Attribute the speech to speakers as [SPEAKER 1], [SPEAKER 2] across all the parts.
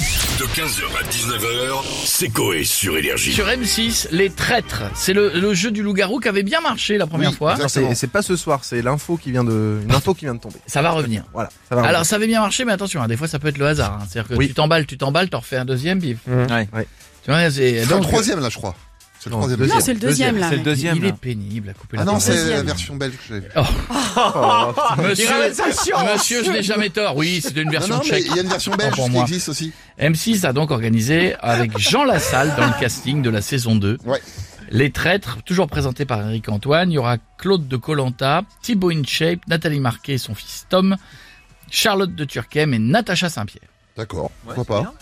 [SPEAKER 1] De 15h à 19h, c'est Coé sur Énergie.
[SPEAKER 2] Sur M6, les traîtres. C'est le, le jeu du loup-garou qui avait bien marché la première
[SPEAKER 3] Oui,
[SPEAKER 2] fois.
[SPEAKER 3] Ah non, c'est- c'est pas ce soir, c'est l'info qui vient de, une info qui vient de tomber.
[SPEAKER 2] Ça va revenir.
[SPEAKER 4] Ah
[SPEAKER 3] Voilà, ça va.
[SPEAKER 2] Alors ça avait bien marché, mais attention, hein, des fois ça peut être le hasard. hein. C'est-à-dire que
[SPEAKER 3] Oui.
[SPEAKER 2] tu t'emballes, tu t'emballes, t'en refais un deuxième, puis
[SPEAKER 5] Ouais.
[SPEAKER 2] tu vois, c'est
[SPEAKER 4] C'est
[SPEAKER 2] donc,
[SPEAKER 4] le troisième là, je crois. C'est le
[SPEAKER 3] Non,
[SPEAKER 4] troisième.
[SPEAKER 3] deuxième.
[SPEAKER 6] Non, c'est le deuxième, là.
[SPEAKER 5] C'est le deuxième.
[SPEAKER 2] Il
[SPEAKER 5] là.
[SPEAKER 2] est pénible à couper
[SPEAKER 4] Ah
[SPEAKER 2] la
[SPEAKER 4] non,
[SPEAKER 2] parole.
[SPEAKER 4] c'est la
[SPEAKER 6] deuxième.
[SPEAKER 4] version Ah, belge que j'ai vue.
[SPEAKER 3] Oh,
[SPEAKER 2] Monsieur, monsieur, je n'ai jamais tort. Oui, c'est une
[SPEAKER 4] Non,
[SPEAKER 2] version
[SPEAKER 4] non, mais
[SPEAKER 2] tchèque.
[SPEAKER 4] il y a une version belge
[SPEAKER 2] pour
[SPEAKER 4] qui
[SPEAKER 2] moi.
[SPEAKER 4] existe aussi.
[SPEAKER 2] M6 a donc organisé avec Jean Lassalle dans le casting de la saison 2.
[SPEAKER 4] Ouais.
[SPEAKER 2] Les traîtres, toujours présentés par Eric Antoine. Il y aura Claude de Colanta, Thibaut InShape, Nathalie Marquet et son fils Tom, Charlotte de Turquem et Natacha Saint-Pierre.
[SPEAKER 4] D'accord,
[SPEAKER 5] Ouais,
[SPEAKER 4] pourquoi pas.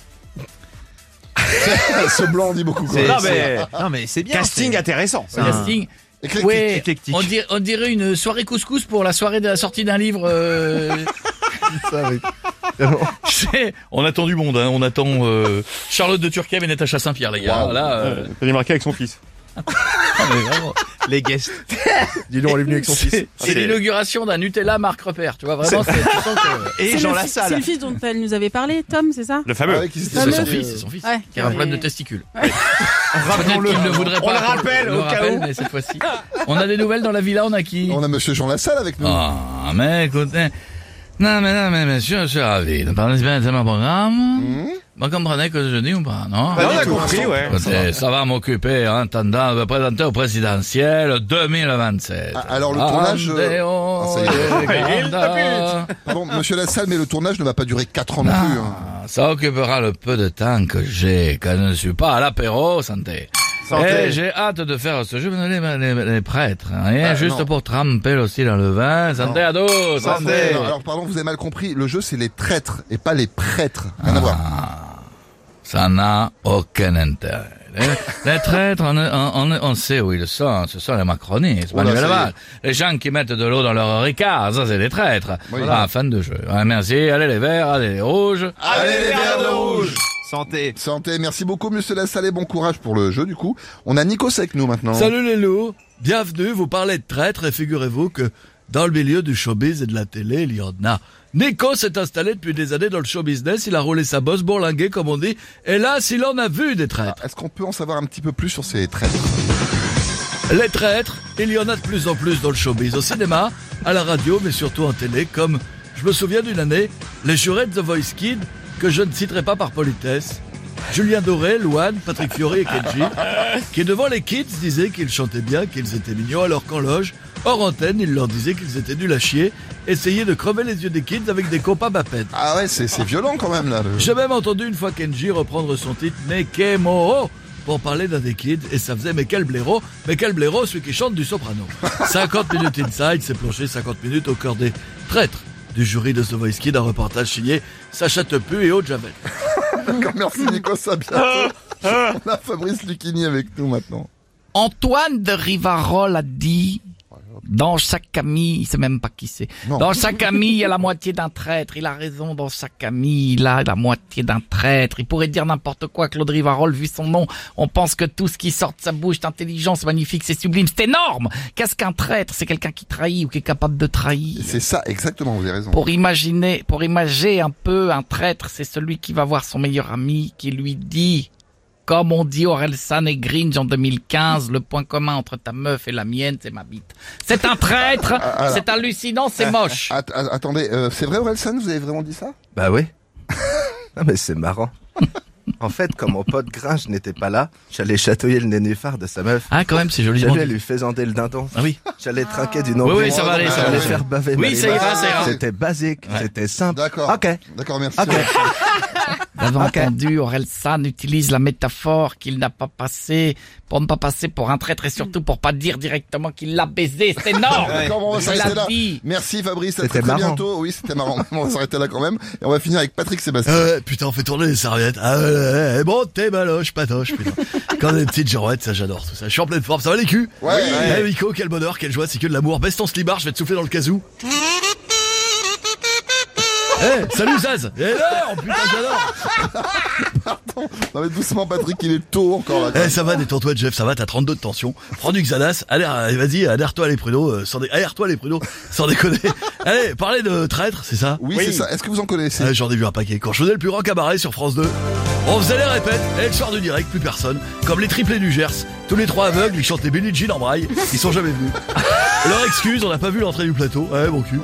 [SPEAKER 4] Ce blanc dit beaucoup. quand
[SPEAKER 5] c'est
[SPEAKER 4] même.
[SPEAKER 5] bien. Non mais, non mais c'est bien.
[SPEAKER 7] Casting intéressant.
[SPEAKER 5] C'est un-
[SPEAKER 2] Casting,
[SPEAKER 4] Éclectique.
[SPEAKER 2] ouais,
[SPEAKER 5] éclectique.
[SPEAKER 2] on dirait, on dirait une soirée couscous pour la soirée de la sortie d'un livre. euh,
[SPEAKER 3] ça, oui. Vraiment.
[SPEAKER 2] c'est- on attend du monde, hein, on attend euh, Charlotte de Turquem et Natacha Saint-Pierre, les gars. Là, euh, Ah,
[SPEAKER 7] Il est marqué avec son fils.
[SPEAKER 2] mais vraiment.
[SPEAKER 5] Les guests.
[SPEAKER 3] Dis donc, elle est venue avec son fils.
[SPEAKER 2] C'est Ah, c'est l'inauguration d'un Nutella marque repère, tu vois vraiment. c'est- tu sens que-
[SPEAKER 5] Et
[SPEAKER 6] C'est
[SPEAKER 5] Jean
[SPEAKER 6] le fi- C'est
[SPEAKER 5] Lassalle.
[SPEAKER 6] le fils dont elle nous avait parlé, Tom, c'est ça
[SPEAKER 7] Le fameux.
[SPEAKER 4] Ah ouais, qui s'était
[SPEAKER 2] C'est son
[SPEAKER 4] sorti,
[SPEAKER 2] fils,
[SPEAKER 4] euh,
[SPEAKER 2] c'est son fils.
[SPEAKER 6] Ouais.
[SPEAKER 2] Qui a un
[SPEAKER 6] Ouais.
[SPEAKER 2] problème de testicules. Peut-être
[SPEAKER 5] Rappelons-le.
[SPEAKER 2] qu'il ne le voudrait
[SPEAKER 7] On
[SPEAKER 2] pas.
[SPEAKER 7] le
[SPEAKER 2] qu'on
[SPEAKER 7] rappelle,
[SPEAKER 2] le
[SPEAKER 7] au cas
[SPEAKER 2] rappelle,
[SPEAKER 7] où.
[SPEAKER 2] mais cette fois-ci. On a des nouvelles dans la villa, on a qui
[SPEAKER 4] On a Monsieur Jean Lassalle avec nous.
[SPEAKER 2] Ah, mais écoutez. Non, mais non, mais monsieur, je suis ravi de participer à ce même programme.
[SPEAKER 4] Hmm
[SPEAKER 2] Vous comprenez que je dis ou pas, non
[SPEAKER 4] Pas
[SPEAKER 7] Non, on
[SPEAKER 4] du
[SPEAKER 7] a
[SPEAKER 4] tout,
[SPEAKER 7] compris,
[SPEAKER 4] Vincent.
[SPEAKER 7] ouais.
[SPEAKER 2] Écoutez, ça va m'occuper en attendant de présenter au présidentiel 2027.
[SPEAKER 4] Ah, alors, le tournage, euh,
[SPEAKER 2] Andéon,
[SPEAKER 4] ah, ça y est.
[SPEAKER 2] Granda.
[SPEAKER 7] Il tapite.
[SPEAKER 4] Pardon, Monsieur Lassalle, mais le tournage ne va pas durer 4 ans non plus. hein.
[SPEAKER 2] Ah, ça occupera le peu de temps que j'ai quand je ne suis pas à l'apéro, santé. Et j'ai hâte de faire ce jeu, les, les, les prêtres, hein, et
[SPEAKER 4] Ah,
[SPEAKER 2] juste
[SPEAKER 4] non.
[SPEAKER 2] pour tremper aussi dans le vin, santé à dos,
[SPEAKER 4] Non,
[SPEAKER 2] santé.
[SPEAKER 4] non, alors pardon, vous avez mal compris. Le jeu, c'est les traîtres et pas les prêtres. Rien à voir.
[SPEAKER 2] Ça n'a aucun intérêt. Les, les traîtres, on, on, on- on sait où ils sont. Ce sont les macronistes,
[SPEAKER 4] Oh là,
[SPEAKER 2] Manuel
[SPEAKER 4] ça y est.
[SPEAKER 2] Valls. Les gens qui mettent de l'eau dans leur ricard, ça c'est des traîtres.
[SPEAKER 4] Oui.
[SPEAKER 2] Ah, fin de jeu. Ah, merci, allez les verts, allez les rouges.
[SPEAKER 4] Allez, les verres de rouge.
[SPEAKER 5] Santé.
[SPEAKER 4] Santé, merci beaucoup Monsieur Lassalle et bon courage pour le jeu du coup. On a Nikos avec nous maintenant.
[SPEAKER 8] Salut les loups, bienvenue, vous parlez de traître et figurez-vous que dans le milieu du showbiz et de la télé, il y en a. Nico s'est installé depuis des années dans le show business, il a roulé sa bosse, bourlingué comme on dit, et là, s'il en a vu des traîtres.
[SPEAKER 4] Est-ce qu'on peut en savoir un petit peu plus sur ces traîtres
[SPEAKER 8] Les traîtres, il y en a de plus en plus dans le showbiz, au cinéma, à la radio, mais surtout en télé, comme, je me souviens d'une année, les jurés de The Voice Kid, que je ne citerai pas par politesse, Julien Doré, Louane, Patrick Fiori et Kenji, qui devant les kids disaient qu'ils chantaient bien, qu'ils étaient mignons, alors qu'en loge, hors antenne, ils leur disaient qu'ils étaient nuls à chier, essayaient de crever les yeux des kids avec des copains bapettes.
[SPEAKER 4] Ah ouais, c'est c'est violent quand même là. le-
[SPEAKER 8] J'ai même entendu une fois Kenji reprendre son titre Nekemoho pour parler d'un des kids et ça faisait mais quel blaireau, mais quel blaireau celui qui chante du soprano. 50 minutes inside, c'est plongé 50 minutes au cœur des traîtres du jury de The Voice Kid, un reportage signé Sacha Tepu et Aude Javel.
[SPEAKER 4] D'accord, merci Nikos, à
[SPEAKER 3] Ah,
[SPEAKER 4] bientôt. On a Fabrice Lucchini avec nous maintenant.
[SPEAKER 2] Antoine de Rivarol a dit dans chaque ami, il sait même pas qui c'est.
[SPEAKER 4] Non.
[SPEAKER 2] Dans chaque ami, il y a la moitié d'un traître. Il a raison. Dans chaque ami, il a la moitié d'un traître. Il pourrait dire n'importe quoi. Claude Rivarol, vu son nom, on pense que tout ce qui sort de sa bouche d'intelligence magnifique, c'est sublime, c'est énorme. Qu'est-ce qu'un traître C'est quelqu'un qui trahit ou qui est capable de trahir.
[SPEAKER 4] C'est ça, exactement, vous avez raison.
[SPEAKER 2] Pour imaginer, pour imager un peu un traître, c'est celui qui va voir son meilleur ami qui lui dit, comme on dit Aurel San et Gringe en 2015, le point commun entre ta meuf et la mienne, c'est ma bite. C'est un traître,
[SPEAKER 4] alors.
[SPEAKER 2] c'est hallucinant, c'est moche.
[SPEAKER 4] Att- a- attendez, euh, c'est vrai Orelsan, vous avez vraiment dit ça
[SPEAKER 3] Bah ouais. Non, mais c'est marrant. En fait, quand mon pote Gringe n'était pas là, j'allais chatouiller le nénuphar de sa meuf.
[SPEAKER 2] Ah, quand même, c'est joliment
[SPEAKER 3] J'allais
[SPEAKER 2] dit.
[SPEAKER 3] lui faisander le dindon.
[SPEAKER 2] Ah oui.
[SPEAKER 3] J'allais trinquer du
[SPEAKER 2] Oui,
[SPEAKER 3] nombril.
[SPEAKER 2] oui, ça va aller, ça va
[SPEAKER 3] J'allais
[SPEAKER 2] aller.
[SPEAKER 3] faire baver
[SPEAKER 2] Oui,
[SPEAKER 3] Marie
[SPEAKER 2] ça ira, ça ira.
[SPEAKER 3] C'était basique, c'était simple.
[SPEAKER 4] D'accord.
[SPEAKER 3] Ok.
[SPEAKER 4] D'accord, merci.
[SPEAKER 3] Ok.
[SPEAKER 2] D'avoir entendu, Aurel San utilise la métaphore qu'il n'a pas passée pour ne pas passer pour un traître et surtout pour pas dire directement qu'il l'a baisé. C'est énorme!
[SPEAKER 4] D'accord, bon, on va
[SPEAKER 2] Il
[SPEAKER 4] s'arrêter
[SPEAKER 2] l'a
[SPEAKER 4] là.
[SPEAKER 2] dit.
[SPEAKER 4] Merci Fabrice, à
[SPEAKER 3] C'était
[SPEAKER 4] très, très
[SPEAKER 3] marrant.
[SPEAKER 4] bientôt. Oui, c'était marrant. on va s'arrêter là quand même. Et on va finir avec Patrick Sébastien.
[SPEAKER 3] Euh.
[SPEAKER 8] Ah ouais, putain, on fait tourner les serviettes. Ah ouais, ouais, ouais, ouais. bon, t'es baloche, patoche, putain. Quand on est petite girouette, ça j'adore tout ça. Je suis en pleine forme, ça va les culs
[SPEAKER 4] Ouais. Ouais.
[SPEAKER 8] Eh, Nico, quel bonheur, quelle joie, c'est que de l'amour. Baisse ton slibard, je vais te souffler dans le casou. Eh, salut Zaz Eh non, putain, j'adore
[SPEAKER 4] Non mais doucement Patrick, il est tôt encore là.
[SPEAKER 3] Euh,
[SPEAKER 8] Eh, ça va, détends-toi, Jeff, ça va, t'as 32 de tension. Prends du Xanax, allez, allez, vas-y, adhère-toi les pruneaux, euh, sans dé- adhère-toi les pruneaux, sans déconner. allez, parlez de traître, c'est ça
[SPEAKER 4] Oui, c'est ça. Est-ce que vous en connaissez
[SPEAKER 8] Ah, J'en ai vu un paquet. Quand je faisais le plus grand cabaret sur France 2, On faisait les répètes et elle sort du direct, plus personne. Comme les triplés du Gers, tous les trois aveugles, ils chantent les Billie Jean en braille, ils sont jamais venus. Leur excuse, on n'a pas vu l'entrée du plateau. Ouais, bon cul.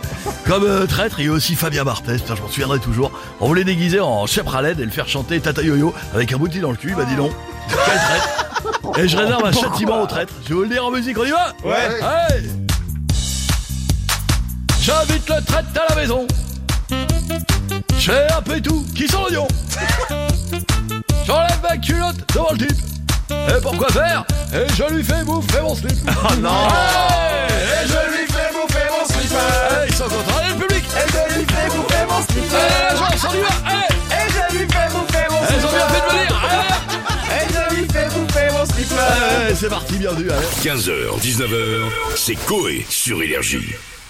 [SPEAKER 8] Comme euh, traître, il y a aussi Fabien Barthez, putain, je m'en souviendrai toujours. On voulait déguiser en Chepraled et le faire chanter Tata Yo-Yo avec un bouti dans le cul, il m'a dit non. Quel traître Et je réserve un châtiment au traître. Je vais vous le dire en musique, on y va
[SPEAKER 7] Ouais.
[SPEAKER 8] Allez J'invite le traître à la maison. J'ai un peu tout qui sont l'oignon. J'enlève ma culotte devant le type. Et pourquoi faire Et je lui fais bouffer mon slip. Oh non Et je lui fais bouffer mon slip. Et ils sont contents. Allez, le public Eh, Et je lui fais bouffer mon slip. Et la chance, on y va Allez Et je lui fais bouffer mon slip. Eh, Ils ont bien fait de venir Eh, Allez Et je lui fais bouffer mon slip. C'est parti, bienvenue. Allez.
[SPEAKER 1] 15h, 19h, c'est Coé sur Énergie.